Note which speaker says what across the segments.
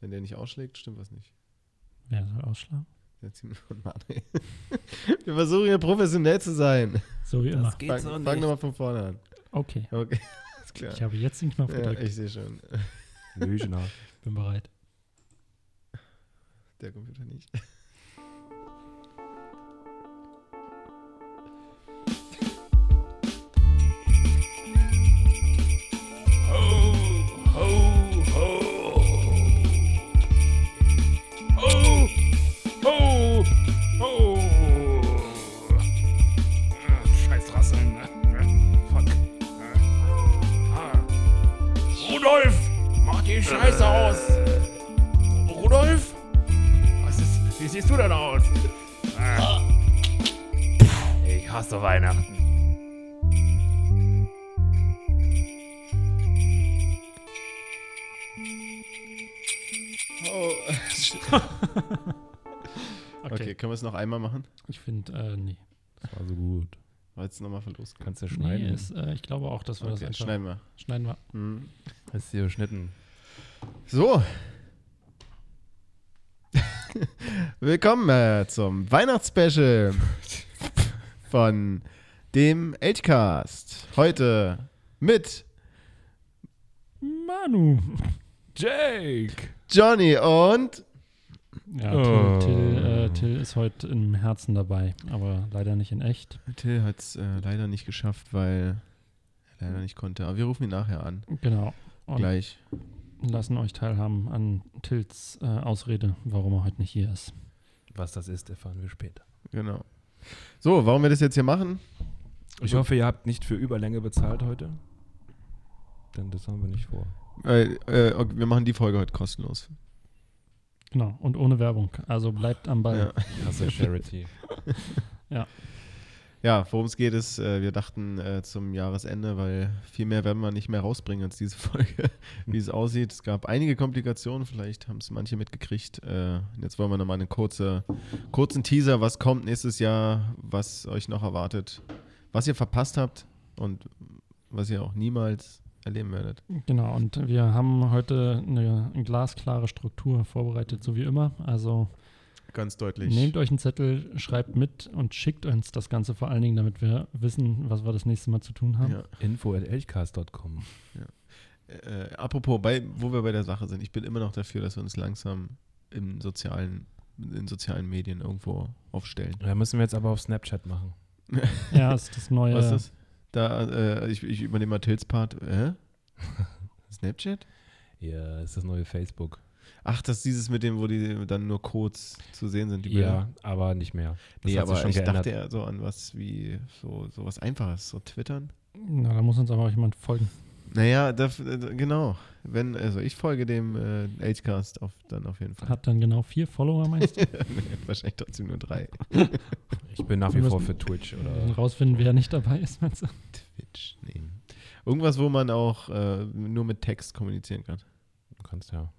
Speaker 1: Wenn der nicht ausschlägt, stimmt was nicht.
Speaker 2: Wer soll ausschlagen?
Speaker 1: Der zieht einen Mann, ey. Wir versuchen hier professionell zu sein.
Speaker 2: So wie immer.
Speaker 3: geht
Speaker 1: Fang, fang nochmal von vorne an.
Speaker 2: Okay.
Speaker 1: Okay, ist klar.
Speaker 2: Ich habe jetzt den Knopf
Speaker 1: Ja,
Speaker 2: gedrückt.
Speaker 1: ich sehe schon.
Speaker 3: Löschner.
Speaker 2: bin bereit.
Speaker 1: Der Computer nicht.
Speaker 4: Scheiß Rasseln. Fuck. Rudolf, mach die Scheiße aus. Rudolf? Was ist, wie siehst du denn aus? Äh. Ich hasse Weihnachten.
Speaker 1: Oh,
Speaker 2: Okay.
Speaker 1: okay, können wir es noch einmal machen?
Speaker 2: Ich finde, äh, nee.
Speaker 3: Das war so gut.
Speaker 1: Weil es nochmal von los
Speaker 3: Kannst du ja
Speaker 2: nee
Speaker 3: schneiden.
Speaker 2: ist, äh, ich glaube auch, dass wir das
Speaker 1: Okay,
Speaker 2: einfach
Speaker 1: schneiden wir.
Speaker 2: schneiden wir.
Speaker 1: Mhm.
Speaker 3: ist hier geschnitten.
Speaker 1: So. Willkommen äh, zum Weihnachtsspecial von dem Agecast. Heute mit
Speaker 2: Manu.
Speaker 3: Jake!
Speaker 1: Johnny und
Speaker 2: Ja,
Speaker 3: Oh.
Speaker 2: Till, Till, äh, Till ist heute im Herzen dabei, aber leider nicht in echt.
Speaker 1: Till hat es äh, leider nicht geschafft, weil er leider nicht konnte. Aber wir rufen ihn nachher an.
Speaker 2: Genau. Und
Speaker 1: Gleich.
Speaker 2: lassen euch teilhaben an Tills äh, Ausrede, warum er heute nicht hier ist.
Speaker 3: Was das ist, erfahren wir später.
Speaker 1: Genau. So, warum wir das jetzt hier machen?
Speaker 3: Ich hoffe, ihr habt nicht für Überlänge bezahlt heute. Denn das haben wir nicht vor.
Speaker 1: Äh, äh, okay, wir machen die Folge heute kostenlos.
Speaker 2: Genau. Und ohne Werbung. Also bleibt am Ball.
Speaker 1: Ah, Ja.
Speaker 3: Ich hasse Charity.
Speaker 1: Ja, worum es geht ist, äh, wir dachten äh, zum Jahresende, weil viel mehr werden wir nicht mehr rausbringen als diese Folge, wie es aussieht. Es gab einige Komplikationen, vielleicht haben es manche mitgekriegt. Äh, und jetzt wollen wir nochmal einen kurze, kurzen Teaser, was kommt nächstes Jahr, was euch noch erwartet, was ihr verpasst habt und was ihr auch niemals erleben werdet.
Speaker 2: Genau, und wir haben heute eine glasklare Struktur vorbereitet, so wie immer. Also
Speaker 1: Ganz deutlich.
Speaker 2: nehmt euch einen Zettel, schreibt mit und schickt uns das Ganze vor allen Dingen, damit wir wissen, was wir das nächste Mal zu tun haben.
Speaker 1: ja.
Speaker 3: Info at elchcast.com.
Speaker 1: äh, apropos, bei, wo wir bei der Sache sind, ich bin immer noch dafür, dass wir uns langsam im sozialen, in sozialen Medien irgendwo aufstellen.
Speaker 3: Da müssen wir jetzt aber auf Snapchat machen.
Speaker 2: Ja, ist das neue.
Speaker 1: Was ist das? Da, äh, ich, ich übernehme mal Tills Part. Äh? Snapchat?
Speaker 3: Ja, ist das neue Facebook.
Speaker 1: Ach, das ist dieses mit dem, wo die dann nur kurz zu sehen sind, die Bilder.
Speaker 3: Ja, aber nicht mehr.
Speaker 1: Nee,
Speaker 3: hat sich
Speaker 1: aber
Speaker 3: schon
Speaker 1: ich
Speaker 3: geändert.
Speaker 1: dachte ja so an was wie so, so was Einfaches, so Twittern.
Speaker 2: Na, da muss uns aber auch jemand folgen.
Speaker 1: Naja, das, äh, genau. Wenn, also ich folge dem äh, Agecast auf, dann auf jeden Fall.
Speaker 2: Hat dann genau vier Follower meinst du?
Speaker 1: Wahrscheinlich trotzdem nur drei.
Speaker 3: Ich bin nach wie
Speaker 2: Wir
Speaker 3: vor
Speaker 2: müssen-
Speaker 3: für Twitch
Speaker 2: Dann
Speaker 3: oder
Speaker 2: rausfinden, wer nicht dabei ist, meinst du?
Speaker 1: Twitch, nee. Irgendwas, wo man auch äh, nur mit Text kommunizieren kann.
Speaker 3: du kannst ja.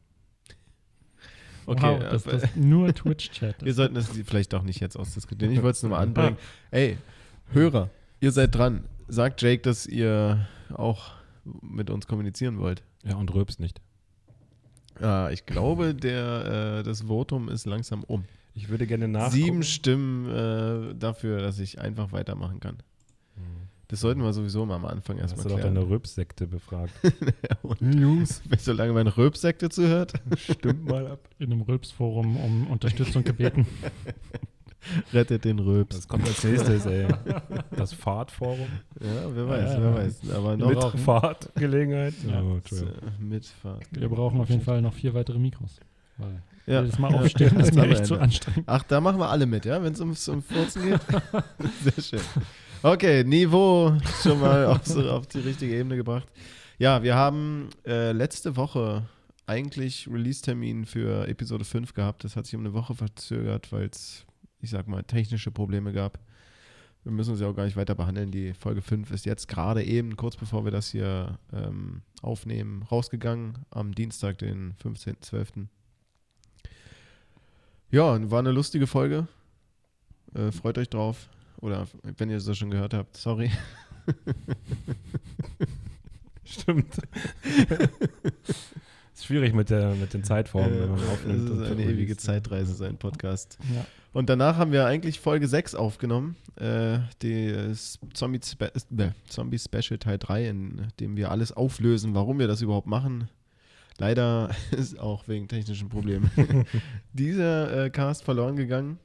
Speaker 1: Okay, äh,
Speaker 2: wow, dass
Speaker 1: aber-
Speaker 2: das nur Twitch-Chat
Speaker 1: Wir
Speaker 2: ist.
Speaker 1: sollten das Ah. vielleicht auch nicht jetzt ausdiskutieren. Ich wollte es nur mal anbringen. Ey, Hörer, ihr seid dran. Sagt Jake, dass ihr auch mit uns kommunizieren wollt.
Speaker 3: Ja, und rülpst nicht.
Speaker 1: Ah, ich glaube, der, äh, das Votum ist langsam um.
Speaker 3: Ich würde gerne nachgucken.
Speaker 1: Sieben Stimmen äh, dafür, dass ich einfach weitermachen kann.
Speaker 3: Mhm.
Speaker 1: Das sollten wir sowieso mal am Anfang
Speaker 3: Hast
Speaker 1: erstmal
Speaker 3: du doch
Speaker 1: klären.
Speaker 3: deine Rülpsekte befragt.
Speaker 1: Jungs. Solange meine Röpsekte zuhört,
Speaker 3: Stimmt mal ab.
Speaker 2: In einem Rülps-Forum um Unterstützung gebeten.
Speaker 1: rettet den Röps.
Speaker 3: Das kommt als nächstes, ey. Das Fahrtforum.
Speaker 1: Ja, wer weiß,
Speaker 2: Ja, ja,
Speaker 1: wer
Speaker 2: ja.
Speaker 1: weiß. Aber noch
Speaker 3: Mit Fahrtgelegenheit.
Speaker 2: Ja.
Speaker 3: Oh,
Speaker 1: Äh,
Speaker 3: Entschuldigung.
Speaker 1: Mitfahrt.
Speaker 2: Wir brauchen auf jeden Fall noch vier weitere Mikros. Weil
Speaker 1: Ja.
Speaker 2: jedes Mal aufstehen ist mir
Speaker 1: Am
Speaker 2: echt zu
Speaker 1: Ende.
Speaker 2: anstrengend.
Speaker 1: Ach, da machen wir alle mit, ja, wenn es ums um Furzen geht. Sehr schön. Okay, Niveau schon mal auf, so, auf die richtige Ebene gebracht. Ja, wir haben äh, letzte Woche eigentlich Release-Termin für Episode 5 gehabt. Das hat sich um eine Woche verzögert, weil es, ich sag mal, technische Probleme gab. Wir müssen uns ja auch gar nicht weiter behandeln. Die Folge 5 ist jetzt gerade eben, kurz bevor wir das hier ähm, aufnehmen, rausgegangen am Dienstag, den 15.12. Ja, und war eine lustige Folge. Äh, freut euch drauf. Oder wenn ihr das schon gehört habt, sorry.
Speaker 3: Stimmt. Es Ist schwierig mit, der, mit den Zeitformen, wenn man aufnimmt.
Speaker 1: das Äh,
Speaker 3: und ne?
Speaker 1: ist eine
Speaker 3: released.
Speaker 1: ewige Zeitreise, sein Podcast.
Speaker 2: Ja.
Speaker 1: Und danach haben wir eigentlich Folge 6 aufgenommen, äh, die äh, Zombie, Spe äh, Zombie Special Teil 3, in dem wir alles auflösen, warum wir das überhaupt machen. Leider ist auch wegen technischen Problemen dieser äh, Cast verloren gegangen.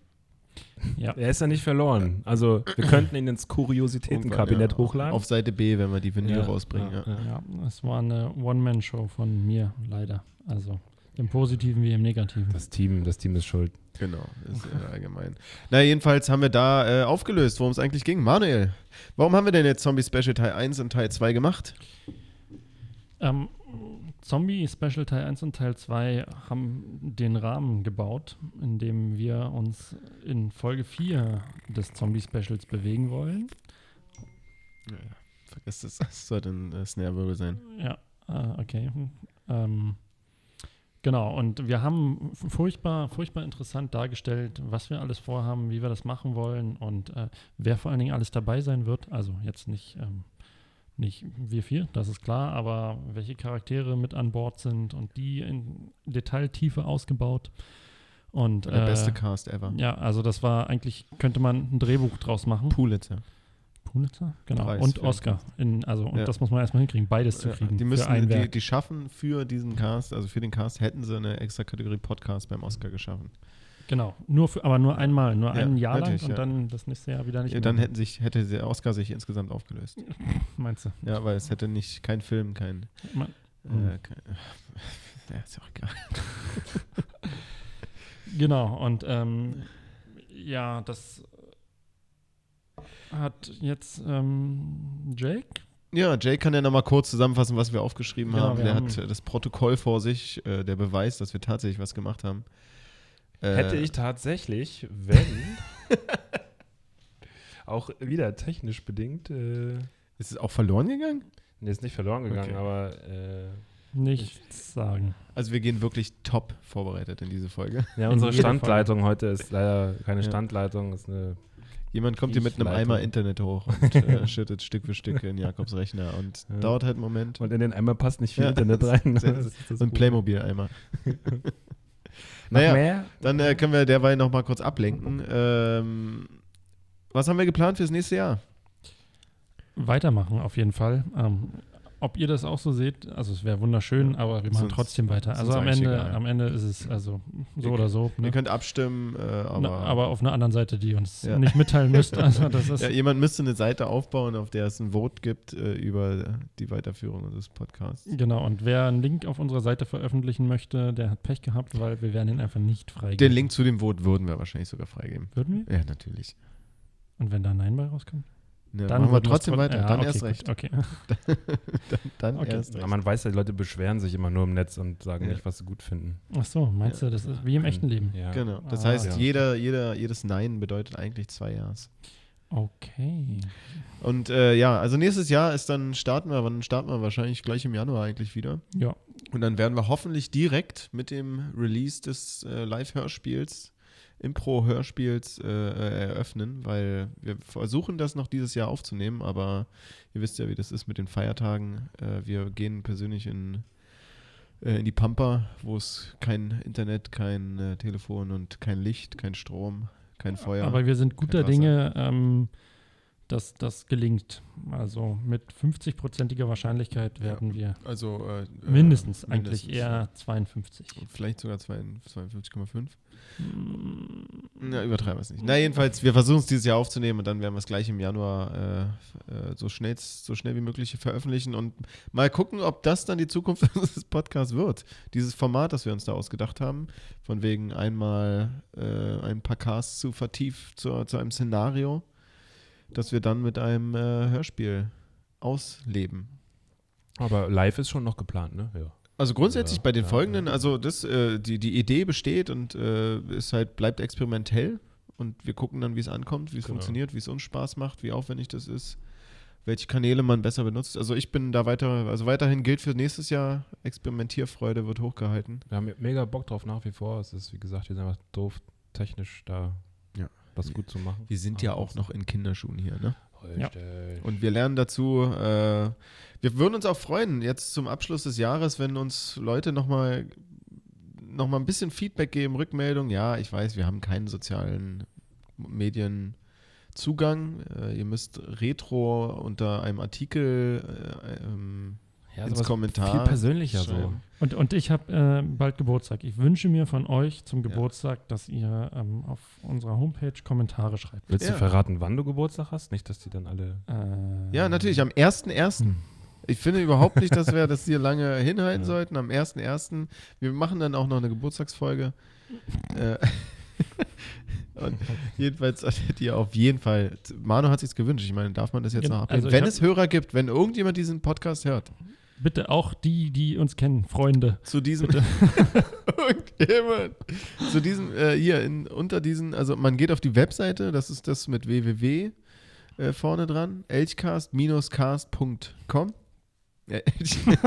Speaker 3: Er ist ja nicht verloren. Also, wir könnten ihn ins Kuriositätenkabinett
Speaker 1: Irgendwann, ja,
Speaker 3: hochladen.
Speaker 1: Auf Seite B, wenn wir die Vinyl
Speaker 3: Ja,
Speaker 1: rausbringen. Ja.
Speaker 2: Ja, es war eine One-Man-Show von mir, leider. Also im Positiven wie im Negativen.
Speaker 3: Das, Team, das Team ist schuld.
Speaker 1: Genau, ist äh, allgemein. Na, jedenfalls haben wir da äh, aufgelöst, worum es eigentlich ging. Manuel, warum haben wir denn jetzt Zombie Special Teil 1 und Teil 2 gemacht?
Speaker 2: Ähm, Zombie Special Teil 1 und Teil 2 haben den Rahmen gebaut, in dem wir uns in Folge 4 des Zombie Specials bewegen wollen.
Speaker 1: Vergesst es, das sollte ein äh, Snarewirbel sein.
Speaker 2: Ja, äh, okay. Hm. Ähm, genau, und wir haben f- furchtbar, furchtbar interessant dargestellt, was wir alles vorhaben, wie wir das machen wollen und äh, wer vor allen Dingen alles dabei sein wird. Also jetzt nicht, ähm, nicht wir vier, das ist klar, aber welche Charaktere mit an Bord sind und die in Detailtiefe ausgebaut. Und
Speaker 1: Der beste
Speaker 2: äh,
Speaker 1: Cast ever.
Speaker 2: ja, also das war eigentlich, könnte man ein Drehbuch draus machen.
Speaker 1: Pulitzer.
Speaker 2: Pulitzer? Genau.
Speaker 1: Preis
Speaker 2: und
Speaker 1: für den
Speaker 2: Oscar. In, also, und
Speaker 1: Ja.
Speaker 2: das muss man erstmal hinkriegen, beides zu
Speaker 1: Ja,
Speaker 2: kriegen.
Speaker 1: Äh, die
Speaker 2: für ein
Speaker 1: müssen, die,
Speaker 2: Werk.
Speaker 1: die schaffen für diesen Cast, also für den Cast, hätten sie eine extra Kategorie Podcast beim Oscar geschaffen.
Speaker 2: Genau, nur für, aber nur einmal, nur
Speaker 1: Ja,
Speaker 2: ein Jahr lang
Speaker 1: natürlich,
Speaker 2: und
Speaker 1: ja.
Speaker 2: dann das nächste Jahr wieder nicht
Speaker 1: Ja,
Speaker 2: mehr.
Speaker 1: dann hätten sich, hätte der Oscar sich insgesamt aufgelöst.
Speaker 2: meinst du?
Speaker 1: Ja, weil es hätte nicht, kein Film, kein.
Speaker 2: Man- Hm.
Speaker 1: Äh, kein ja, ist ja auch egal.
Speaker 2: Genau, und ähm, ja, das hat jetzt ähm, Jake.
Speaker 1: Ja, Jay kann ja nochmal kurz zusammenfassen, was wir aufgeschrieben
Speaker 2: Genau,
Speaker 1: haben.
Speaker 2: wir
Speaker 1: der
Speaker 2: haben-
Speaker 1: hat äh, das Protokoll vor sich, äh, der Beweis, dass wir tatsächlich was gemacht haben. Äh,
Speaker 3: Hätte ich tatsächlich, wenn. auch wieder technisch bedingt. Äh,
Speaker 1: Ist es auch verloren gegangen?
Speaker 3: nee, ist nicht verloren gegangen,
Speaker 1: Okay.
Speaker 3: aber. Äh,
Speaker 2: Nichts sagen.
Speaker 1: Also wir gehen wirklich top vorbereitet in diese Folge.
Speaker 3: ja,
Speaker 2: In
Speaker 3: unsere
Speaker 2: jeder
Speaker 3: Standleitung heute ist leider keine
Speaker 1: Ja.
Speaker 3: Standleitung, ist eine.
Speaker 1: Jemand kommt hier mit einem
Speaker 3: Riechleitung.
Speaker 1: Eimer Internet hoch und äh, schüttet Stück für Stück in Jakobs Rechner und
Speaker 3: Ja.
Speaker 1: dauert halt einen Moment.
Speaker 3: Und in den Eimer passt nicht viel
Speaker 1: viel Ja,
Speaker 3: Internet
Speaker 1: Internet das-
Speaker 3: rein.
Speaker 1: rein. das- Das Und Playmobil-Eimer. naja,
Speaker 3: Naja. Mehr?
Speaker 1: dann äh, können wir derweil nochmal kurz ablenken. Ähm, was haben wir geplant fürs nächste Jahr?
Speaker 2: Weitermachen auf jeden Fall. Ähm, ob ihr das auch so seht, also es wäre wunderschön, aber wir machen
Speaker 1: Sonst-
Speaker 2: trotzdem weiter.
Speaker 1: sonst
Speaker 2: Also am
Speaker 1: eigentlich
Speaker 2: Ende,
Speaker 1: egal.
Speaker 2: am Ende ist es also so
Speaker 1: Ihr-
Speaker 2: oder so. Ne?
Speaker 1: Ihr könnt abstimmen, äh, aber,
Speaker 2: Na, aber auf einer anderen Seite, die uns
Speaker 1: Ja.
Speaker 2: nicht mitteilen müsst. Also das ist
Speaker 1: ja, jemand müsste eine Seite aufbauen, auf der es ein Vote gibt äh, über die Weiterführung unseres Podcasts.
Speaker 2: Genau, und wer einen Link auf unserer Seite veröffentlichen möchte, der hat Pech gehabt, weil wir werden ihn einfach nicht freigeben.
Speaker 1: Den Link zu dem Vote würden wir wahrscheinlich sogar freigeben.
Speaker 2: Würden wir?
Speaker 1: Ja, natürlich.
Speaker 2: Und wenn da ein Nein bei rauskommt?
Speaker 1: Ja, Ne, machen wir
Speaker 2: würden wir's
Speaker 1: trotzdem
Speaker 2: trot-
Speaker 1: weiter.
Speaker 2: Ja,
Speaker 1: dann
Speaker 2: okay,
Speaker 1: erst
Speaker 2: gut,
Speaker 1: recht.
Speaker 2: Okay.
Speaker 1: Dann
Speaker 2: Okay.
Speaker 1: erst
Speaker 3: Aber
Speaker 1: recht.
Speaker 3: man weiß ja, die Leute beschweren sich immer nur im Netz und sagen
Speaker 1: Ja.
Speaker 3: nicht, was sie gut finden. Mhm.
Speaker 2: Ach so, meinst du, das ist wie im echten Leben?
Speaker 3: Ja.
Speaker 1: Genau. Das
Speaker 2: Ah,
Speaker 1: heißt,
Speaker 3: ja.
Speaker 1: jeder, jeder, jedes Nein bedeutet eigentlich zwei Ja's.
Speaker 2: Okay.
Speaker 1: Und äh, ja, also nächstes Jahr ist dann starten wir, wann starten wir wahrscheinlich gleich im Januar eigentlich wieder.
Speaker 2: Ja,
Speaker 1: Und dann werden wir hoffentlich direkt mit dem Release des äh, Live-Hörspiels, Impro-Hörspiels äh, äh, eröffnen, weil wir versuchen das noch dieses Jahr aufzunehmen, aber ihr wisst ja, wie das ist mit den Feiertagen. Äh, wir gehen persönlich in, äh, in die Pampa, wo es kein Internet, kein äh, Telefon und kein Licht, kein Strom, kein Feuer.
Speaker 2: aber wir sind guter
Speaker 1: Wasser.
Speaker 2: Dinge, ähm, dass das gelingt. Also mit 50-prozentiger Wahrscheinlichkeit werden wir
Speaker 1: also äh, äh,
Speaker 2: mindestens, eigentlich
Speaker 1: mindestens.
Speaker 2: eher 52.
Speaker 1: Vielleicht sogar 52,5.
Speaker 2: Mm,
Speaker 1: Na, übertreiben wir es nicht. Na, jedenfalls, wir versuchen es dieses Jahr aufzunehmen und dann werden wir es gleich im Januar äh, äh, so, schnell, so schnell wie möglich veröffentlichen und mal gucken, ob das dann die Zukunft unseres Podcasts wird. Dieses Format, das wir uns da ausgedacht haben, von wegen einmal äh, ein paar Casts zu vertieft zu, zu einem Szenario, das wir dann mit einem äh, Hörspiel ausleben.
Speaker 3: Aber live ist schon noch geplant, ne? Ja.
Speaker 1: Also grundsätzlich
Speaker 3: Ja,
Speaker 1: bei den
Speaker 3: ja,
Speaker 1: folgenden,
Speaker 3: ja.
Speaker 1: also das, äh, die, die Idee besteht und äh, ist halt, bleibt experimentell und wir gucken dann, wie es ankommt, wie es
Speaker 3: Genau.
Speaker 1: funktioniert, wie es uns Spaß macht, wie aufwendig das ist, welche Kanäle man besser benutzt. Also ich bin da weiter, also weiterhin gilt für nächstes Jahr, Experimentierfreude wird hochgehalten.
Speaker 3: Wir haben mega Bock drauf nach wie vor. Es ist, wie gesagt, wir sind einfach doof, technisch da
Speaker 1: Ja.
Speaker 3: was gut zu machen.
Speaker 1: Wir sind ja auch noch in Kinderschuhen hier, ne?
Speaker 3: Holstein.
Speaker 1: Und wir lernen dazu, äh, wir würden uns auch freuen, jetzt zum Abschluss des Jahres, wenn uns Leute nochmal noch mal ein bisschen Feedback geben, Rückmeldung. Ja, ich weiß, wir haben keinen sozialen Medienzugang. Äh, ihr müsst Retro unter einem Artikel äh, ähm,
Speaker 3: Ja,
Speaker 1: ins
Speaker 3: sowas
Speaker 1: Kommentar.
Speaker 3: Viel persönlicher
Speaker 1: schreiben.
Speaker 2: Und, und ich habe äh, bald Geburtstag. Ich wünsche mir von euch zum
Speaker 1: Ja.
Speaker 2: Geburtstag, dass ihr ähm, auf unserer Homepage Kommentare schreibt.
Speaker 3: so. Willst
Speaker 1: Ja.
Speaker 3: du verraten, wann du Geburtstag hast? Nicht, dass die dann alle.
Speaker 2: Äh,
Speaker 1: Ja, natürlich, am 1.1.
Speaker 2: Hm.
Speaker 1: Ich finde überhaupt nicht, dass wir das hier lange hinhalten sollten. Am 1.1. Wir machen dann auch noch eine Geburtstagsfolge. Äh, Und jedenfalls solltet ihr auf jeden Fall. Manu hat sich's gewünscht. Ich meine, darf man das jetzt
Speaker 2: Gen-
Speaker 1: noch abgeben?
Speaker 2: also ich
Speaker 1: wenn
Speaker 2: hab-
Speaker 1: es Hörer gibt, wenn irgendjemand diesen Podcast hört,
Speaker 2: Bitte auch die, die uns kennen, Freunde.
Speaker 1: zu diesem irgendjemand, zu diesem äh, hier in, unter diesen, also man geht auf die Webseite, das ist das mit www äh, vorne dran, elchcast-cast.com Äh, Elch-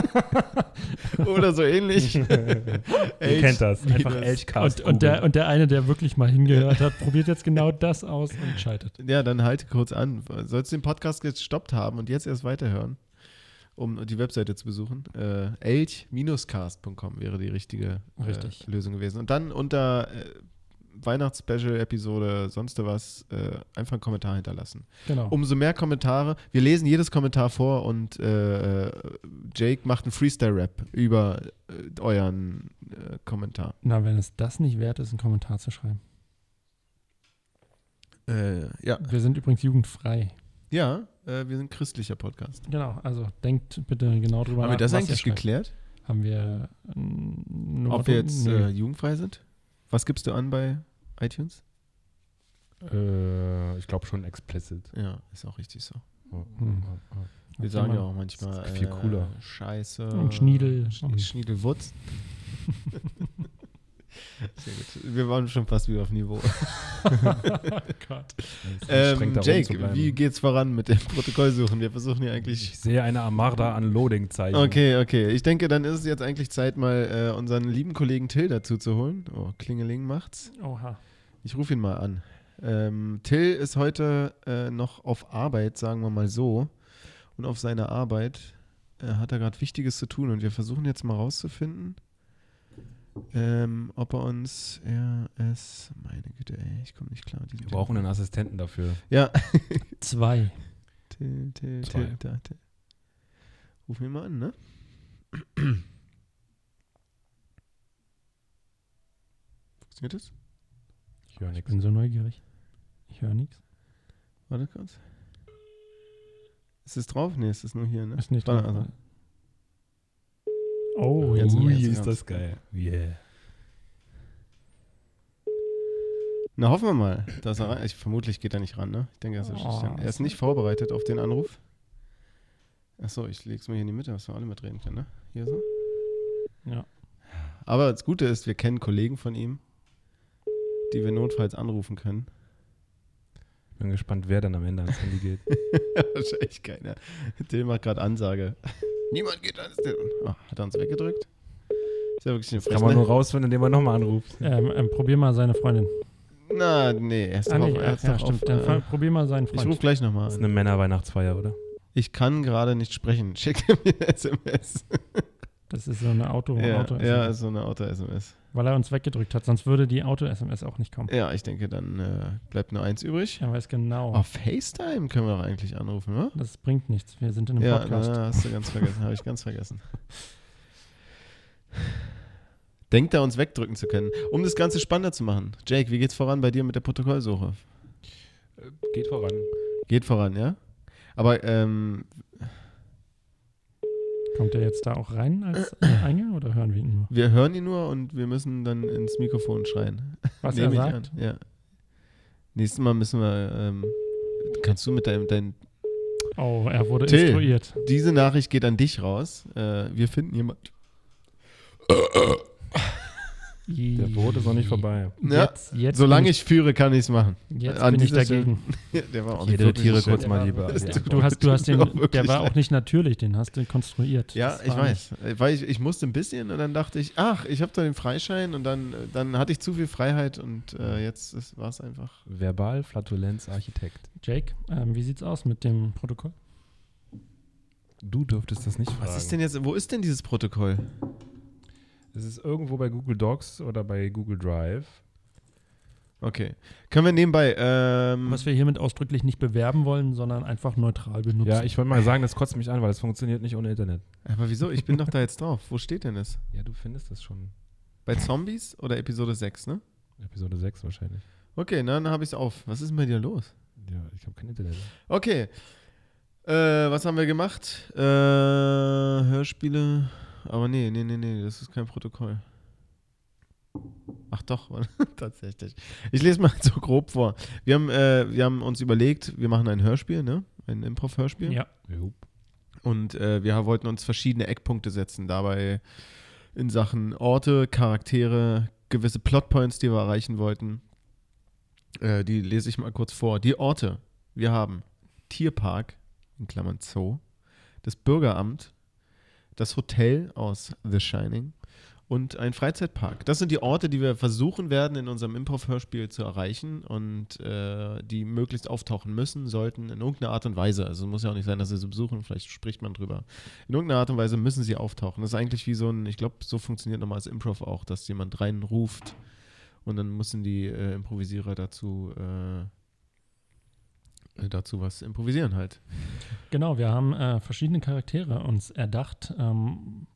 Speaker 1: oder so ähnlich. Elch-
Speaker 3: das.
Speaker 1: Einfach
Speaker 3: Elchcast.
Speaker 2: Und, und, der, und der eine, der wirklich mal hingehört hat, probiert jetzt genau das aus und scheitert.
Speaker 1: Ja, dann halte kurz an. Sollst du den Podcast jetzt gestoppt haben und jetzt erst weiterhören, um die Webseite zu besuchen? Äh, Elch-cast.com wäre die richtige
Speaker 2: Richtig.
Speaker 1: Äh, Lösung gewesen. Und dann unter äh, Weihnachtsspecial-Episode, sonst was, äh, einfach einen Kommentar hinterlassen.
Speaker 2: Genau.
Speaker 1: Umso mehr Kommentare. Wir lesen jedes Kommentar vor und äh, äh, Jake macht einen Freestyle-Rap über äh, euren äh, Kommentar.
Speaker 2: Na, wenn es das nicht wert ist, einen Kommentar zu schreiben.
Speaker 1: Äh, ja.
Speaker 2: Wir sind übrigens jugendfrei.
Speaker 1: Ja, äh, wir sind ein christlicher Podcast.
Speaker 2: Genau, also denkt bitte genau drüber
Speaker 1: Haben wir das
Speaker 2: was
Speaker 1: eigentlich
Speaker 2: ihr schreibt.
Speaker 1: geklärt?
Speaker 2: Haben wir ähm, nur
Speaker 1: Ob wir jetzt
Speaker 2: Nö.
Speaker 1: äh, jugendfrei sind? Was gibst du an bei iTunes?
Speaker 3: Äh, ich glaube schon explicit.
Speaker 1: Ja, ist auch richtig so.
Speaker 2: Hm.
Speaker 1: Wir
Speaker 2: Kann
Speaker 1: sagen
Speaker 2: man-
Speaker 1: ja auch manchmal
Speaker 3: ist viel cooler.
Speaker 1: Äh, Scheiße.
Speaker 2: Und Schniedel.
Speaker 1: Schn- Schniedelwutz. Sehr gut. Wir waren schon fast wieder auf Niveau.
Speaker 2: Oh Gott.
Speaker 1: Ähm, Jake, wie geht's voran mit dem Protokollsuchen? Wir versuchen hier eigentlich.
Speaker 3: Ich sehe eine Armada an Loading-Zeichen.
Speaker 1: Okay, okay. Ich denke, dann ist es jetzt eigentlich Zeit, mal äh, unseren lieben Kollegen Till dazu zu holen. Oh, Klingeling macht's.
Speaker 2: Oha.
Speaker 1: Ich rufe ihn mal an. Ähm, Till ist heute äh, noch auf Arbeit, sagen wir mal so. Und auf seiner Arbeit äh, hat er gerade Wichtiges zu tun. Und wir versuchen jetzt mal rauszufinden, ähm, ob er uns RS. Meine Güte, ey, ich komme nicht klar. mit diesem
Speaker 3: Wir brauchen einen Assistenten dafür.
Speaker 1: Ding. Ja.
Speaker 2: Zwei.
Speaker 1: Till, Till,
Speaker 3: Zwei.
Speaker 1: Till, da, Till. Ruf ihn mal an, ne? Funktioniert das?
Speaker 3: Ich höre
Speaker 2: Ich
Speaker 3: nichts.
Speaker 2: bin so neugierig. Ich höre nichts.
Speaker 1: Warte kurz. Ist es drauf? Nee, ist es nur hier, ne?
Speaker 2: Ist nicht
Speaker 1: Warte,
Speaker 2: dran.
Speaker 1: also.
Speaker 2: Oh,
Speaker 1: Jetzt-
Speaker 2: je.
Speaker 1: Ui,
Speaker 3: ist
Speaker 1: jetzt-
Speaker 3: das geil. Yeah.
Speaker 1: Na, hoffen wir mal, dass er rein. Ich, vermutlich geht er nicht ran, ne? Ich denke, er ist,
Speaker 2: Oh,
Speaker 1: er ist nicht vorbereitet auf den Anruf. Achso, ich leg's mal hier in die Mitte, dass wir alle mitreden können, ne? Hier so.
Speaker 2: Ja.
Speaker 1: Aber das Gute ist, wir kennen Kollegen von ihm, die wir notfalls anrufen können.
Speaker 3: Ich bin gespannt, wer dann am Ende ans Handy geht.
Speaker 1: Wahrscheinlich keiner. Till macht gerade Ansage. Niemand geht ans Telefon. Oh, hat er uns weggedrückt? Ist ja wirklich eine
Speaker 3: Kann man
Speaker 1: ne?
Speaker 3: nur rausfinden, indem man nochmal anruft.
Speaker 2: Ähm, ähm, probier mal seine Freundin.
Speaker 1: Na, nee, er ist
Speaker 2: Ah, nee,
Speaker 1: drauf. Er
Speaker 2: ja,
Speaker 1: ist doch
Speaker 2: ja,
Speaker 1: auf,
Speaker 2: stimmt. Dann
Speaker 1: äh,
Speaker 2: fa- probier mal seinen
Speaker 1: ich
Speaker 2: Freund.
Speaker 1: rufe gleich nochmal
Speaker 3: Das ist
Speaker 1: an.
Speaker 3: eine Männerweihnachtsfeier, oder?
Speaker 1: Ich kann gerade nicht sprechen. Schicke mir eine SMS.
Speaker 2: das ist so eine Auto,
Speaker 3: Oh,
Speaker 1: Ja,
Speaker 2: Auto
Speaker 1: ja, ist so eine Auto-SMS.
Speaker 2: Weil er uns weggedrückt hat, sonst würde die Auto-SMS auch nicht kommen.
Speaker 1: Ja, ich denke, dann äh, bleibt nur eins übrig.
Speaker 2: Er weiß
Speaker 3: Oh.
Speaker 2: genau,
Speaker 1: Auf FaceTime können wir doch eigentlich anrufen, ne?
Speaker 2: das bringt nichts. Wir sind in einem
Speaker 1: Ja,
Speaker 2: Podcast.
Speaker 1: na, hast du ganz vergessen. Habe ich ganz vergessen. Denkt er, uns wegdrücken zu können. Um das Ganze spannender zu machen. Jake, wie geht's voran bei dir mit der Protokollsuche?
Speaker 3: Geht voran.
Speaker 1: Geht voran, ja? Aber ähm,
Speaker 2: Kommt er jetzt da auch rein als äh, Eingang oder hören wir ihn nur?
Speaker 1: wir hören ihn nur und wir müssen dann ins Mikrofon schreien.
Speaker 2: Was
Speaker 1: Nehme
Speaker 2: er
Speaker 1: ich
Speaker 2: sagt?
Speaker 1: an, Ja. Nächstes Mal müssen wir. Ähm, kannst du mit deinem. Dein,
Speaker 2: Oh, er wurde
Speaker 1: Till.
Speaker 2: instruiert.
Speaker 1: diese Nachricht geht an dich raus. Äh, wir finden jemand.
Speaker 3: Der Brot ist noch nicht vorbei.
Speaker 1: Ja,
Speaker 2: Jetzt, jetzt
Speaker 1: Solange
Speaker 2: bin ich,
Speaker 1: ich führe, kann ich es machen.
Speaker 2: jetzt
Speaker 1: an
Speaker 2: bin ich
Speaker 1: dieser Stelle-
Speaker 2: dagegen.
Speaker 1: Der war auch
Speaker 3: Ich
Speaker 1: nicht wirklich
Speaker 3: reduziere
Speaker 1: so schön.
Speaker 3: kurz mal lieber.
Speaker 1: Das
Speaker 3: Ja.
Speaker 1: tut
Speaker 2: Du hast, du hast den,
Speaker 1: Auch wirklich
Speaker 2: der war auch
Speaker 1: leid.
Speaker 2: nicht natürlich, den hast du konstruiert.
Speaker 1: Ja,
Speaker 2: Das
Speaker 1: ich
Speaker 2: war
Speaker 1: weiß. Äh, Weil ich, ich musste ein bisschen und dann dachte ich, ach, ich habe da den Freischein und dann, äh, dann hatte ich zu viel Freiheit und äh, jetzt war es einfach.
Speaker 3: Verbal Flatulenz Architekt.
Speaker 2: nicht- Jake, ähm, wie sieht's aus mit dem Protokoll?
Speaker 3: Du dürftest das nicht fragen.
Speaker 1: Was ist denn jetzt, wo ist denn dieses Protokoll?
Speaker 3: Es ist irgendwo bei Google Docs oder bei Google Drive.
Speaker 1: Okay. Können wir nebenbei, ähm,
Speaker 2: Was wir hiermit ausdrücklich nicht bewerben wollen, sondern einfach neutral benutzen.
Speaker 3: Ja, ich wollte mal sagen, das kotzt mich an, weil das funktioniert nicht ohne Internet.
Speaker 1: aber wieso? Ich bin doch da jetzt drauf. Wo steht denn das?
Speaker 3: Ja, du findest das schon.
Speaker 1: Bei Zombies oder Episode 6, ne?
Speaker 3: Episode 6 wahrscheinlich.
Speaker 1: Okay, na, dann habe ich es auf. Was ist denn bei dir los?
Speaker 3: Ja, ich habe kein Internet.
Speaker 1: Okay. Äh, was haben wir gemacht? Äh, Hörspiele. Aber nee, nee, nee, nee, das ist kein Protokoll. Ach doch, Mann. tatsächlich. Ich lese mal so grob vor. Wir haben, äh, wir haben uns überlegt, wir machen ein Hörspiel, ne? Ein Improv-Hörspiel.
Speaker 2: ja.
Speaker 3: Jupp.
Speaker 1: Und äh, wir wollten uns verschiedene Eckpunkte setzen, dabei in Sachen Orte, Charaktere, gewisse Plotpoints, die wir erreichen wollten. Äh, die lese ich mal kurz vor. Die Orte. Wir haben Tierpark, in Klammern Zoo, das Bürgeramt, das Hotel aus The Shining und ein Freizeitpark. Das sind die Orte, die wir versuchen werden, in unserem Improv-Hörspiel zu erreichen und äh, die möglichst auftauchen müssen, sollten in irgendeiner Art und Weise. Also muss ja auch nicht sein, dass wir sie besuchen, vielleicht spricht man drüber. In irgendeiner Art und Weise müssen sie auftauchen. Das ist eigentlich wie so ein, ich glaube, so funktioniert nochmal das Improv auch, dass jemand reinruft und dann müssen die äh, Improvisierer dazu, äh, äh, dazu was improvisieren halt.
Speaker 2: Genau, wir haben äh, verschiedene Charaktere uns erdacht. Ähm,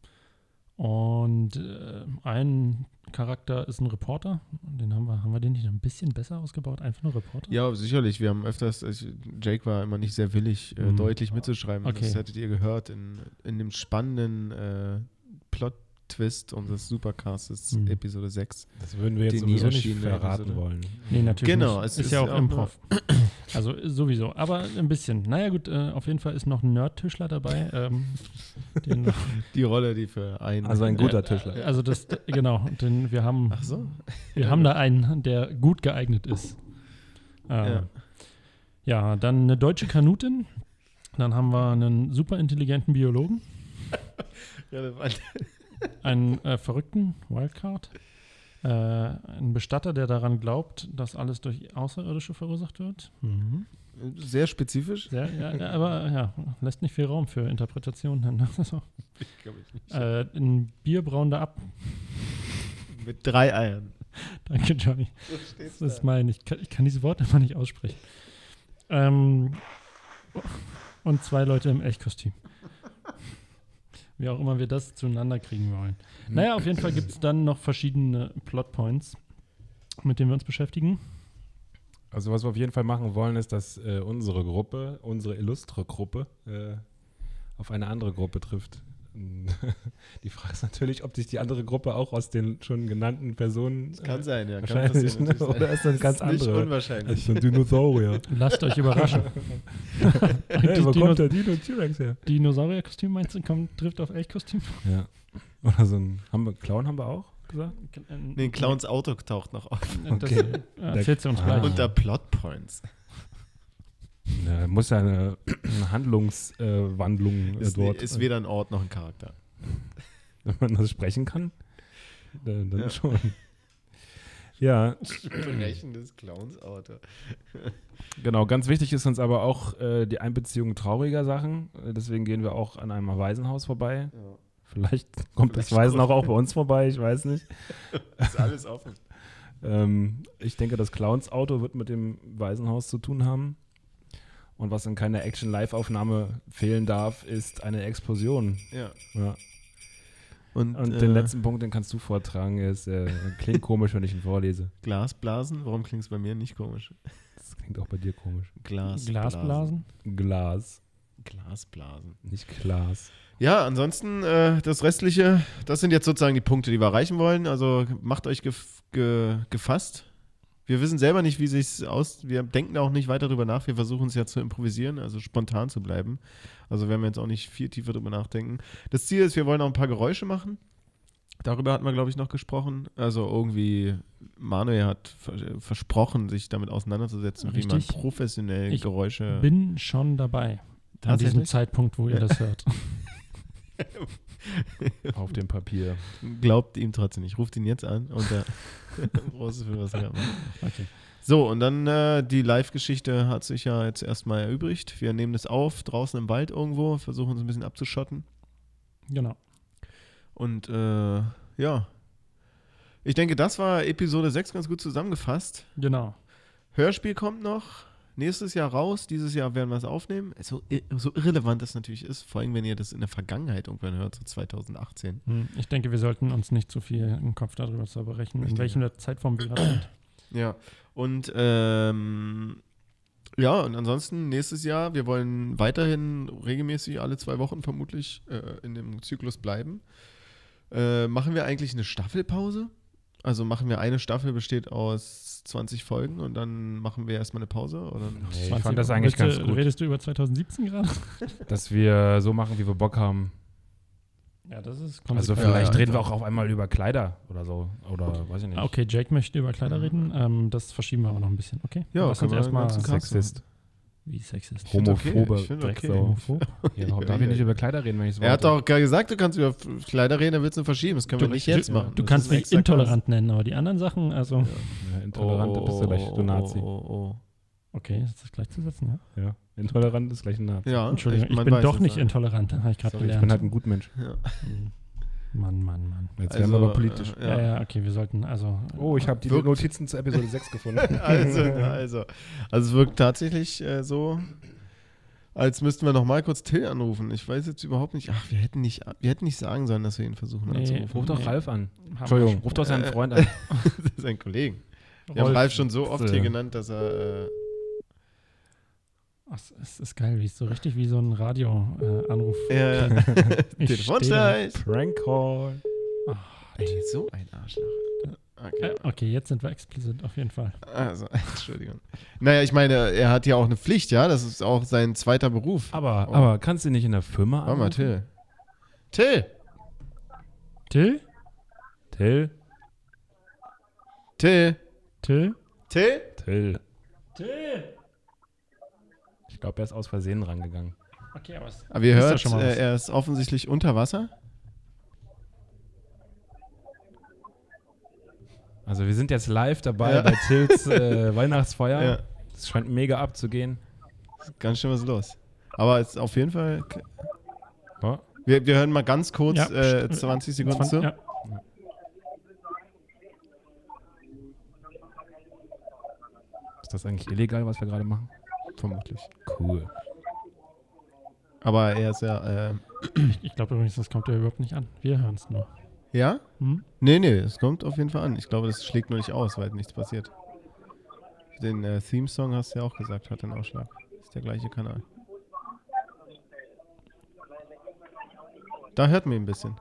Speaker 2: und äh, ein Charakter ist ein Reporter. Den haben wir, haben wir den nicht ein bisschen besser ausgebaut? Einfach nur Reporter?
Speaker 1: Ja, sicherlich. Wir haben öfters, also Jake war immer nicht sehr willig, äh,
Speaker 3: Mhm.
Speaker 1: deutlich mitzuschreiben. Also
Speaker 2: Okay.
Speaker 1: Das hättet ihr gehört in, in dem spannenden äh, Plot-Twist unseres Supercastes,
Speaker 2: Mhm.
Speaker 1: Episode 6.
Speaker 3: Das würden wir jetzt
Speaker 1: Die
Speaker 3: sowieso
Speaker 1: nie
Speaker 3: nicht
Speaker 1: erschienene
Speaker 3: verraten
Speaker 1: Episode.
Speaker 3: wollen.
Speaker 2: Nee, natürlich
Speaker 1: Genau,
Speaker 2: nicht.
Speaker 1: es
Speaker 2: ist,
Speaker 1: ist
Speaker 2: ja auch
Speaker 1: ja auch
Speaker 2: Improv. Also sowieso, aber ein bisschen. Naja gut, äh, auf jeden Fall ist noch ein Nerd-Tischler dabei. Ähm, den,
Speaker 1: Die Rolle, die für einen.
Speaker 3: Also ein guter Tischler.
Speaker 2: also das, genau, denn wir haben,
Speaker 1: Ach so.
Speaker 2: wir haben da einen, der gut geeignet ist. Äh,
Speaker 1: Ja.
Speaker 2: Ja, dann eine deutsche Kanutin. Dann haben wir einen super intelligenten Biologen,
Speaker 1: Ja, das war-
Speaker 2: einen äh, verrückten Wildcard, äh, einen Bestatter, der daran glaubt, dass alles durch Außerirdische verursacht wird.
Speaker 1: Sehr spezifisch.
Speaker 2: Sehr, ja, ja, aber ja, lässt nicht viel Raum für Interpretationen. Ne? Also,
Speaker 1: Ah.
Speaker 2: äh, ein bierbrauender Ab.
Speaker 1: Mit drei Eiern.
Speaker 2: Danke, Johnny. Das ist mein, ich kann, ich kann diese Worte einfach nicht aussprechen. Ähm, und zwei Leute im Echtkostüm. Wie auch immer wir das zueinander kriegen wollen. Naja, auf jeden Fall gibt es dann noch verschiedene Plotpoints, mit denen wir uns beschäftigen.
Speaker 3: Also was wir auf jeden Fall machen wollen, ist, dass äh, unsere Gruppe, unsere illustre Gruppe, äh, auf eine andere Gruppe trifft. Die Frage ist natürlich, ob sich die andere Gruppe auch aus den schon genannten Personen äh,
Speaker 1: Kann sein, ja. Kann
Speaker 3: wahrscheinlich,
Speaker 1: passieren,
Speaker 3: ne?
Speaker 1: natürlich sein.
Speaker 3: oder ist das ein ganz
Speaker 1: Ist Nicht
Speaker 3: andere? Also Das
Speaker 1: unwahrscheinlich.
Speaker 3: ist ein Dinosaurier.
Speaker 2: Lasst euch überraschen.
Speaker 3: hey,
Speaker 2: Eigentlich
Speaker 3: wo
Speaker 2: Dino
Speaker 3: kommt der Dino T-Rex her?
Speaker 2: Dinosaurierkostüm meinst du, kommt, trifft auf Elchkostüm?
Speaker 3: Ja. Oder so ein haben wir, Clown haben wir auch gesagt?
Speaker 1: Nee, Clowns Auto taucht noch auf.
Speaker 2: Das
Speaker 3: Okay.
Speaker 2: äh, erzählt sie uns gleich.
Speaker 3: Ah.
Speaker 1: Unter Plotpoints.
Speaker 3: Ja, muss ja eine Handlungswandlung äh,
Speaker 1: Ist,
Speaker 3: dort.
Speaker 1: ist weder ein Ort noch ein Charakter.
Speaker 3: Wenn man das sprechen kann, dann, dann
Speaker 1: Ja.
Speaker 3: schon. Ja,
Speaker 1: Berechendes Clowns Auto.
Speaker 3: genau. Ganz wichtig ist uns aber auch äh, die Einbeziehung trauriger Sachen. Äh, Deswegen gehen wir auch an einem Waisenhaus vorbei.
Speaker 1: Ja.
Speaker 3: Vielleicht kommt das
Speaker 1: Vielleicht
Speaker 3: Waisenhaus
Speaker 1: kommt-
Speaker 3: auch bei uns vorbei, ich weiß nicht.
Speaker 1: Ist alles offen.
Speaker 3: Ähm, ich denke, das Clowns-Auto wird mit dem Waisenhaus zu tun haben. Und was in keiner Action-Live-Aufnahme fehlen darf, ist eine Explosion.
Speaker 1: Ja.
Speaker 3: Ja. Und
Speaker 1: Äh.
Speaker 3: den letzten Punkt, den kannst du vortragen, Er ist, äh, klingt komisch, wenn ich ihn vorlese.
Speaker 1: Glasblasen? Warum klingt es bei mir nicht komisch?
Speaker 3: Das klingt auch bei dir komisch.
Speaker 1: Glasblasen.
Speaker 2: Glasblasen.
Speaker 3: Glas,
Speaker 1: Glasblasen.
Speaker 3: nicht Glas.
Speaker 1: Ja, ansonsten äh, das Restliche, das sind jetzt sozusagen die Punkte, die wir erreichen wollen. Also macht euch gef ge gefasst. Wir wissen selber nicht, wie sich's aus. Wir denken auch nicht weiter drüber nach. Wir versuchen es ja zu improvisieren, also spontan zu bleiben. Also werden wir jetzt auch nicht viel tiefer drüber nachdenken. Das Ziel ist, wir wollen auch ein paar Geräusche machen. Darüber hatten wir, glaube ich, noch gesprochen. Also irgendwie, Manuel hat ver- versprochen, sich damit auseinanderzusetzen, wie man
Speaker 2: Richtig.
Speaker 1: professionell
Speaker 2: Ich
Speaker 1: Geräusche.
Speaker 2: Bin schon dabei. An diesem
Speaker 1: Tatsächlich?
Speaker 2: Zeitpunkt, wo ihr das hört.
Speaker 3: auf dem Papier.
Speaker 1: Glaubt ihm trotzdem nicht. Ruft ihn jetzt an und der große Film, was er gerade macht.
Speaker 2: Okay.
Speaker 1: So, und dann äh, die Live-Geschichte hat sich ja jetzt erstmal erübrigt. Wir nehmen das auf, draußen im Wald irgendwo, versuchen uns ein bisschen abzuschotten.
Speaker 2: Genau.
Speaker 1: Und äh, ja, ich denke, das war Episode 6 ganz gut zusammengefasst.
Speaker 2: Genau.
Speaker 1: Hörspiel kommt noch. Nächstes Jahr raus, dieses Jahr werden wir es aufnehmen. So, i- so irrelevant das natürlich ist, vor allem wenn ihr das in der Vergangenheit irgendwann hört, so 2018.
Speaker 2: Hm, Ich denke, wir sollten uns nicht zu viel im Kopf darüber zerbrechen, in
Speaker 1: Richtig.
Speaker 2: welchem Zeitraum wir gerade sind.
Speaker 1: Ja, und ähm, ja, und ansonsten nächstes Jahr, wir wollen weiterhin regelmäßig alle zwei Wochen vermutlich äh, in dem Zyklus bleiben. Äh, machen wir eigentlich eine Staffelpause? Also machen wir eine Staffel, besteht aus 20 Folgen und dann machen wir erstmal eine Pause? Oder?
Speaker 3: Nee, ich
Speaker 2: 20
Speaker 3: fand das eigentlich
Speaker 2: Willst
Speaker 3: ganz
Speaker 2: du-
Speaker 3: gut,
Speaker 2: Redest du über 2017 gerade?
Speaker 3: dass wir so machen, wie wir Bock haben.
Speaker 2: Ja, das ist
Speaker 3: Also
Speaker 2: konsequent.
Speaker 1: Ja,
Speaker 3: vielleicht
Speaker 1: ja, Ah,
Speaker 3: reden wir
Speaker 1: klar.
Speaker 3: auch auf einmal über Kleider oder so. Oder weiß ich nicht.
Speaker 2: Okay, Jake möchte über Kleider
Speaker 3: Mhm.
Speaker 2: reden. Ähm, das verschieben wir aber noch ein bisschen, okay?
Speaker 1: Ja,
Speaker 2: lass
Speaker 1: können
Speaker 2: uns
Speaker 1: wir
Speaker 2: erstmal.
Speaker 1: den ganzen Tag-
Speaker 3: Sexist.
Speaker 2: Wie sexist.
Speaker 1: find okay,
Speaker 3: Homophobe
Speaker 1: ich find okay.
Speaker 3: Drecksau. Ja, warum darf ich nicht über Kleider reden, wenn ich so
Speaker 1: Er hat auch gar gesagt, du kannst über F- Kleider reden, dann willst du verschieben. Das können wir
Speaker 2: Du-
Speaker 1: nicht jetzt machen.
Speaker 2: Du
Speaker 1: Das
Speaker 2: kannst
Speaker 1: ist ein
Speaker 2: mich
Speaker 1: extra
Speaker 2: intolerant nennen, aber die anderen Sachen, also.
Speaker 3: Ja, intolerant bist du gleich, du Nazi.
Speaker 1: Oh, oh,
Speaker 2: Okay, ist das gleichzusetzen, ja?
Speaker 3: Ja. Intolerant ist gleich ein Nazi.
Speaker 1: oh. Ja,
Speaker 2: Entschuldigung, ich,
Speaker 1: man
Speaker 2: bin
Speaker 1: weiß
Speaker 2: doch
Speaker 1: es, halt.
Speaker 2: nicht
Speaker 1: ja.
Speaker 2: intolerant, habe ich gerade
Speaker 3: Sorry, ich bin
Speaker 2: gelernt.
Speaker 3: halt
Speaker 2: Hm.
Speaker 3: ein Gutmensch.
Speaker 1: Ja.
Speaker 2: Mann, Mann, Mann.
Speaker 3: Jetzt
Speaker 1: Also,
Speaker 3: werden wir aber politisch.
Speaker 1: äh,
Speaker 2: Ja. ja, okay, wir sollten, also.
Speaker 3: oh, ich habe die
Speaker 1: Wirkt-
Speaker 3: Notizen zu Episode 6 gefunden.
Speaker 1: Also, also. Also es wirkt tatsächlich äh, so, als müssten wir noch mal kurz Till anrufen. Ich weiß jetzt überhaupt nicht, ach, wir hätten nicht, wir hätten nicht sagen sollen, dass wir ihn versuchen
Speaker 2: Nee.
Speaker 1: anzurufen.
Speaker 3: Ruf doch
Speaker 2: äh, Nee.
Speaker 3: Ralf an.
Speaker 2: haben wir
Speaker 3: Entschuldigung,
Speaker 2: schon-
Speaker 3: ruf doch seinen Freund an.
Speaker 1: Das ist ein Kollegen. Wir haben
Speaker 2: Rolf.
Speaker 1: Ralf schon so oft hier
Speaker 3: Äh.
Speaker 1: genannt, dass er, äh,
Speaker 2: Ach, es ist geil, wie es so richtig wie so ein Radio-Anruf.
Speaker 1: er
Speaker 2: Ich stehe
Speaker 1: Telefonstreich.
Speaker 3: Prank Call.
Speaker 1: Ey, so ein Arschloch. Okay.
Speaker 2: okay, jetzt sind wir explizit auf jeden Fall.
Speaker 1: Also, Entschuldigung. Naja, ich meine, er hat ja auch eine Pflicht, ja? Das ist auch sein zweiter Beruf.
Speaker 2: Ah.
Speaker 3: Aber, aber kannst du nicht in der Firma
Speaker 1: Oh. Warte mal,
Speaker 3: anrufen?
Speaker 1: Till. Till!
Speaker 2: Till?
Speaker 3: Till?
Speaker 1: Till!
Speaker 2: Till?
Speaker 1: Till!
Speaker 3: Till.
Speaker 2: Till!
Speaker 3: Ich glaube, er ist aus Versehen rangegangen.
Speaker 2: Okay, aber es
Speaker 1: Aber ihr
Speaker 2: Ist ja
Speaker 1: hört,
Speaker 2: schon mal
Speaker 1: äh,
Speaker 2: was.
Speaker 1: er ist offensichtlich unter Wasser.
Speaker 3: Also wir sind jetzt live dabei
Speaker 1: Ja.
Speaker 3: bei Tills äh, Weihnachtsfeier.
Speaker 1: Ja.
Speaker 3: Es scheint mega abzugehen.
Speaker 1: Ganz schön was los. Aber es ist auf jeden Fall.
Speaker 3: Oh,
Speaker 1: Wir, wir hören mal ganz kurz
Speaker 2: Ja,
Speaker 1: äh,
Speaker 2: st-
Speaker 1: 20 Sekunden zu.
Speaker 2: ja.
Speaker 3: ist das eigentlich illegal, was wir gerade machen?
Speaker 1: Vermutlich.
Speaker 3: Cool.
Speaker 1: Aber er ist ja. Äh,
Speaker 2: Ich glaube übrigens, das kommt ja überhaupt nicht an. Wir hören es nur.
Speaker 1: ja?
Speaker 2: Hm?
Speaker 1: Nee, nee, es kommt auf jeden Fall an. Ich glaube, das schlägt nur nicht aus, weil nichts passiert. Den äh, Theme-Song hast du ja auch gesagt, hat den Ausschlag. Ist der gleiche Kanal. Da hört man ihn ein bisschen.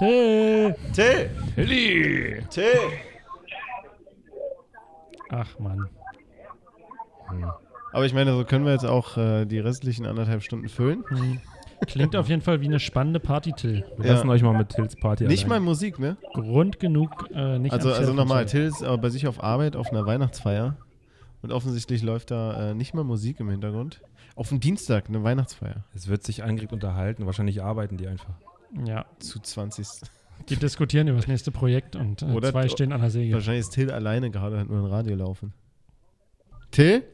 Speaker 2: Till!
Speaker 1: Till!
Speaker 3: Tilly!
Speaker 1: Till!
Speaker 2: Ach Mann.
Speaker 1: Aber ich meine, so können wir jetzt auch äh, die restlichen anderthalb Stunden füllen.
Speaker 2: Hm. Klingt auf jeden Fall wie eine spannende Party, Till.
Speaker 3: Wir
Speaker 1: Ja.
Speaker 3: lassen euch mal mit Tills Party
Speaker 1: Nicht mal
Speaker 3: allein.
Speaker 1: Musik, ne?
Speaker 2: Grund genug, äh, nicht
Speaker 1: Also,
Speaker 2: ans
Speaker 1: also
Speaker 2: Telefon
Speaker 1: nochmal,
Speaker 2: zu
Speaker 1: Till ist aber bei sich auf Arbeit auf einer Weihnachtsfeier und offensichtlich läuft da äh, nicht mal Musik im Hintergrund. Auf dem Dienstag eine Weihnachtsfeier.
Speaker 3: Es wird sich angeregt unterhalten. Wahrscheinlich arbeiten die einfach.
Speaker 2: gehen. Ja,
Speaker 1: Zu 20.
Speaker 2: die diskutieren über das nächste Projekt und äh,
Speaker 1: Oder-
Speaker 2: zwei stehen an der Säge.
Speaker 1: Wahrscheinlich ist Till alleine gerade, hat nur ein Radio laufen. Till?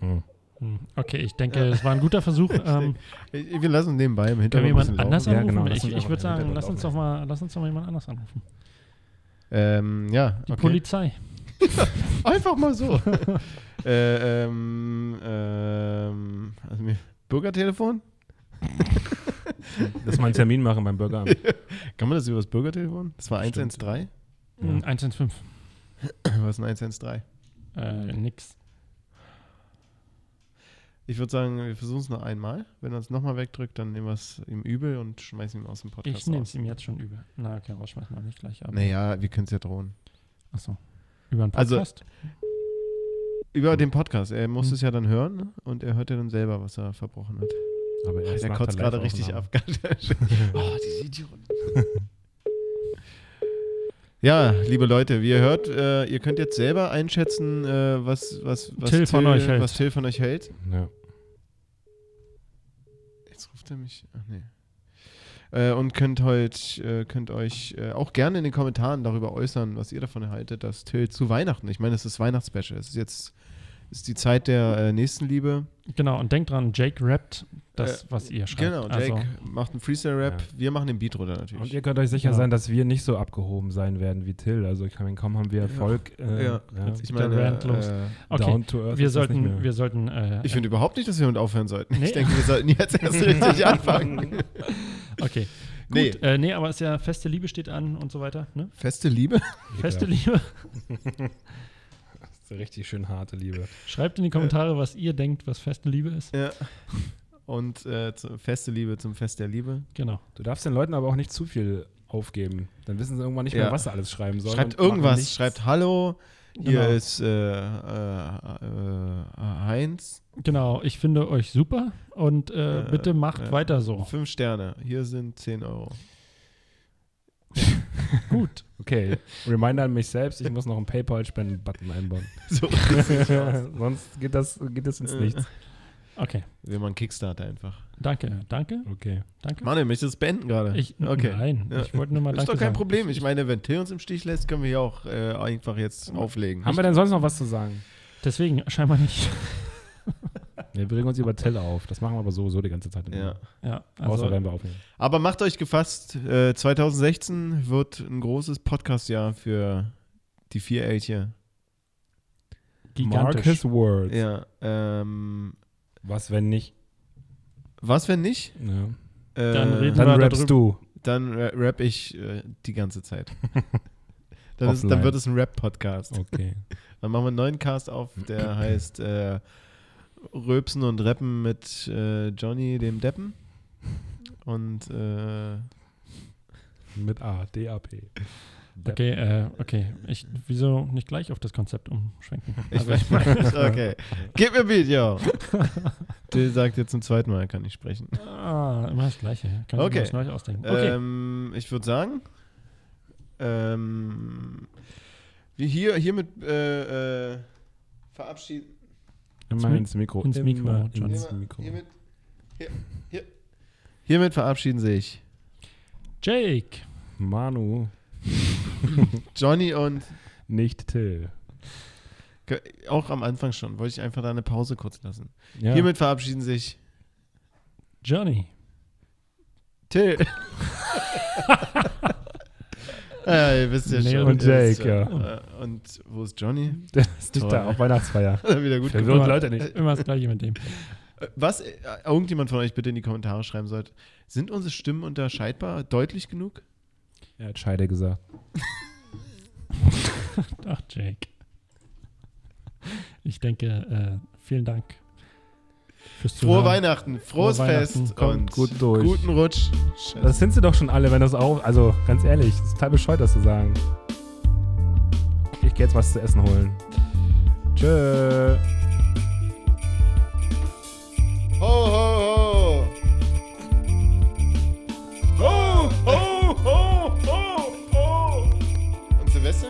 Speaker 2: Hm. Okay, ich denke, es war ein guter Versuch. ähm,
Speaker 1: Ich, ich- wir lassen nebenbei im
Speaker 2: können wir
Speaker 1: Hintergrund ein
Speaker 2: jemand
Speaker 1: bisschen
Speaker 2: anders
Speaker 1: laufen.
Speaker 3: Ja,
Speaker 2: anrufen?
Speaker 3: genau, lass
Speaker 2: ich
Speaker 3: uns
Speaker 2: ich
Speaker 3: einfach
Speaker 2: würde
Speaker 3: den
Speaker 2: sagen,
Speaker 3: Hintergrund
Speaker 2: lass uns, doch mal, lass uns doch mal jemand anders anrufen.
Speaker 1: Ähm, ja,
Speaker 2: Die
Speaker 1: okay.
Speaker 2: Polizei.
Speaker 1: Einfach mal so. äh, ähm, ähm, also mir, Bürgertelefon?
Speaker 3: Lass mal einen Termin machen beim Bürgeramt.
Speaker 1: Kann man das über das Bürgertelefon? Das war
Speaker 3: Stimmt.
Speaker 1: 113?
Speaker 2: Hm, 115.
Speaker 1: Was ist ein 113?
Speaker 2: Äh, nix.
Speaker 1: Ich würde sagen, wir versuchen es noch einmal. Wenn er es nochmal wegdrückt, dann nehmen wir es ihm übel und schmeißen ihn aus dem Podcast
Speaker 2: Ich nehme es
Speaker 1: raus.
Speaker 2: ihm jetzt schon übel. Na, okay, rausschmeißen wir nicht gleich. Aber,
Speaker 1: Naja, wir können es ja drohen.
Speaker 2: Achso. Über einen
Speaker 1: Also-
Speaker 2: Podcast?
Speaker 1: Über den Podcast. Er muss
Speaker 2: Hm.
Speaker 1: es ja dann hören ne? und er hört ja dann selber, was er verbrochen hat.
Speaker 3: Aber erst
Speaker 1: Der
Speaker 3: nach
Speaker 1: kotzt gerade richtig
Speaker 3: Live-Aufnahme.
Speaker 1: ab. oh, diese Idioten. Ja, liebe Leute, wie ihr hört, äh, ihr könnt jetzt selber einschätzen, äh, was, was, was,
Speaker 2: Till von euch hält.
Speaker 1: was Till von euch hält.
Speaker 3: Ja.
Speaker 1: Jetzt ruft er mich. Ach nee. Äh, und könnt, heut, äh, könnt euch äh, auch gerne in den Kommentaren darüber äußern, was ihr davon haltet, dass Till zu Weihnachten, ich meine, es ist Weihnachtsspecial, es ist jetzt ist die Zeit der äh, Nächstenliebe.
Speaker 2: Genau, und denkt dran, Jake rappt
Speaker 3: Äh,
Speaker 2: das, was ihr schreibt.
Speaker 1: Genau, Jake
Speaker 2: Also,
Speaker 1: macht einen Freestyle-Rap, wir machen den Beat runter
Speaker 3: Und
Speaker 1: natürlich.
Speaker 3: ihr könnt euch sicher
Speaker 2: Ja.
Speaker 3: sein, dass wir nicht so abgehoben sein werden wie Till. Also ich meine, kaum haben wir Erfolg. äh,
Speaker 1: Ja.
Speaker 3: ja,
Speaker 1: ich äh,
Speaker 2: der Rant los. Also, Okay,
Speaker 3: down to earth
Speaker 2: wir
Speaker 3: ist das nicht
Speaker 2: sollten,
Speaker 3: mehr.
Speaker 2: wir sollten, äh,
Speaker 1: Ich finde überhaupt nicht, dass wir damit aufhören sollten.
Speaker 2: Nee.
Speaker 1: Ich denke, wir sollten jetzt erst richtig anfangen.
Speaker 2: äh, okay.
Speaker 1: Nee.
Speaker 2: Gut, äh, nee, aber es ist ja feste Liebe steht an und so weiter, ne?
Speaker 1: Feste Liebe?
Speaker 2: Feste Liebe.
Speaker 3: Das ist eine richtig schön harte Liebe.
Speaker 2: Schreibt in die Kommentare, was ihr denkt, was feste Liebe ist.
Speaker 1: Ja. Und äh, zu, feste Liebe zum Fest der Liebe.
Speaker 2: Genau.
Speaker 3: Du darfst den Leuten aber auch nicht zu viel aufgeben. Dann wissen sie irgendwann nicht
Speaker 1: Ja.
Speaker 3: mehr, was sie alles schreiben sollen.
Speaker 1: Schreibt
Speaker 3: und machen
Speaker 1: irgendwas,
Speaker 3: nichts.
Speaker 1: schreibt Hallo, hier
Speaker 2: Genau.
Speaker 1: ist äh, äh, äh, Heinz,
Speaker 2: Genau, ich finde euch super und äh,
Speaker 1: Äh,
Speaker 2: bitte macht
Speaker 1: äh,
Speaker 2: weiter so.
Speaker 1: fünf Sterne, hier sind 10 Euro.
Speaker 2: Gut.
Speaker 3: Okay, Reminder an mich selbst, ich muss noch einen PayPal-Spenden-Button einbauen.
Speaker 1: So,
Speaker 3: Sonst geht das, geht das
Speaker 1: Äh.
Speaker 3: ins Nichts.
Speaker 2: Okay.
Speaker 1: wir machen Kickstarter einfach.
Speaker 2: Danke, danke,
Speaker 3: Okay.
Speaker 2: danke.
Speaker 1: Mann, ihr möchtet es beenden gerade.
Speaker 2: Ich,
Speaker 1: Okay.
Speaker 2: Nein,
Speaker 1: Ja.
Speaker 2: ich wollte nur mal
Speaker 1: ist
Speaker 2: danke
Speaker 1: doch kein
Speaker 2: sagen.
Speaker 1: Problem. Ich meine, wenn Till uns im Stich lässt, können wir ja auch äh, einfach jetzt auflegen.
Speaker 3: Haben wir denn sonst noch was zu sagen?
Speaker 2: Deswegen, scheinbar nicht.
Speaker 3: Wir regen uns über Tell auf. Das machen wir aber sowieso die ganze Zeit. immer.
Speaker 1: ja.
Speaker 2: Ja,
Speaker 3: Außer
Speaker 2: also,
Speaker 3: wenn wir aufnehmen.
Speaker 1: Aber macht euch gefasst, äh, 2016 wird ein großes Podcast-Jahr für die vier Eight hier.
Speaker 2: gigantisch.
Speaker 3: Marcus Words.
Speaker 1: Ja. Ähm,
Speaker 3: Was, wenn nicht?
Speaker 1: was, wenn nicht?
Speaker 3: Ja.
Speaker 1: Äh,
Speaker 2: Dann reden
Speaker 3: Dann
Speaker 2: wir da
Speaker 3: rappst du.
Speaker 1: dann ra- rap ich äh, die ganze Zeit. dann, ist, dann
Speaker 3: Offline.
Speaker 1: wird es ein Rap-Podcast.
Speaker 3: Okay.
Speaker 1: Dann machen wir einen neuen Cast auf, der heißt äh, Röpsen und Rappen mit äh, Johnny, dem Deppen. Und äh,
Speaker 3: Mit A, D-A-P.
Speaker 2: Okay, äh, okay. Ich, wieso nicht gleich auf das Konzept umschwenken? Also,
Speaker 1: ich weiß nicht. Okay. Gib mir Beat, yo. Till sagt jetzt zum zweiten Mal, er kann nicht sprechen.
Speaker 2: Ah, immer das Gleiche. Kannst
Speaker 1: Okay.
Speaker 2: okay. was Neues ausdenken. Okay.
Speaker 1: Ähm, ich würde sagen, ähm, wir hier, hiermit äh, äh, verabschieden.
Speaker 3: Immer ins Mikro.
Speaker 2: Ins Mikro,
Speaker 3: Immer
Speaker 2: John.
Speaker 3: ins Mikro.
Speaker 1: Hiermit, hier, hier. hiermit verabschieden sich
Speaker 2: Jake.
Speaker 3: Manu,
Speaker 1: Johnny und
Speaker 3: nicht Till.
Speaker 1: auch am Anfang schon, wollte ich einfach da eine Pause kurz lassen.
Speaker 3: Ja.
Speaker 1: Hiermit verabschieden sich
Speaker 2: Johnny.
Speaker 1: Till. ja, ihr wisst ja
Speaker 2: Nee,
Speaker 1: schon.
Speaker 3: und
Speaker 1: ihr wisst
Speaker 3: Jake,
Speaker 1: schon. Äh, Und wo ist Johnny?
Speaker 3: Der ist nicht
Speaker 1: Toll.
Speaker 3: da, auf Weihnachtsfeier.
Speaker 1: Wieder gut
Speaker 3: Verwirrt
Speaker 1: gemacht.
Speaker 3: Leute nicht.
Speaker 2: Immer das Gleiche mit dem.
Speaker 1: Was äh, irgendjemand von euch bitte in die Kommentare schreiben sollte, sind unsere Stimmen unterscheidbar deutlich genug?
Speaker 3: Er hat Scheide gesagt.
Speaker 2: Ach, Jake. Ich denke, äh, vielen Dank fürs
Speaker 1: Frohe
Speaker 2: Zuhören.
Speaker 1: Weihnachten, frohes
Speaker 2: Frohe Weihnachten,
Speaker 1: Fest
Speaker 3: kommt
Speaker 1: und
Speaker 3: gut durch.
Speaker 1: guten Rutsch.
Speaker 3: Das sind sie doch schon alle, wenn das auch. Also, ganz ehrlich, das ist total bescheuert, das zu sagen. Ich gehe jetzt was zu essen holen. Tschö.
Speaker 1: Ho, ho, ho.
Speaker 4: Ho, ho, ho, ho, ho.
Speaker 1: Und Silvester?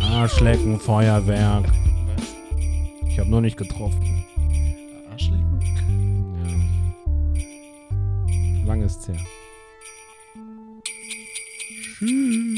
Speaker 3: Arschlecken, Feuerwerk. Ich habe nur nicht getroffen.
Speaker 1: Arschlecken?
Speaker 3: Ja. Lang ist's her. Tschüss.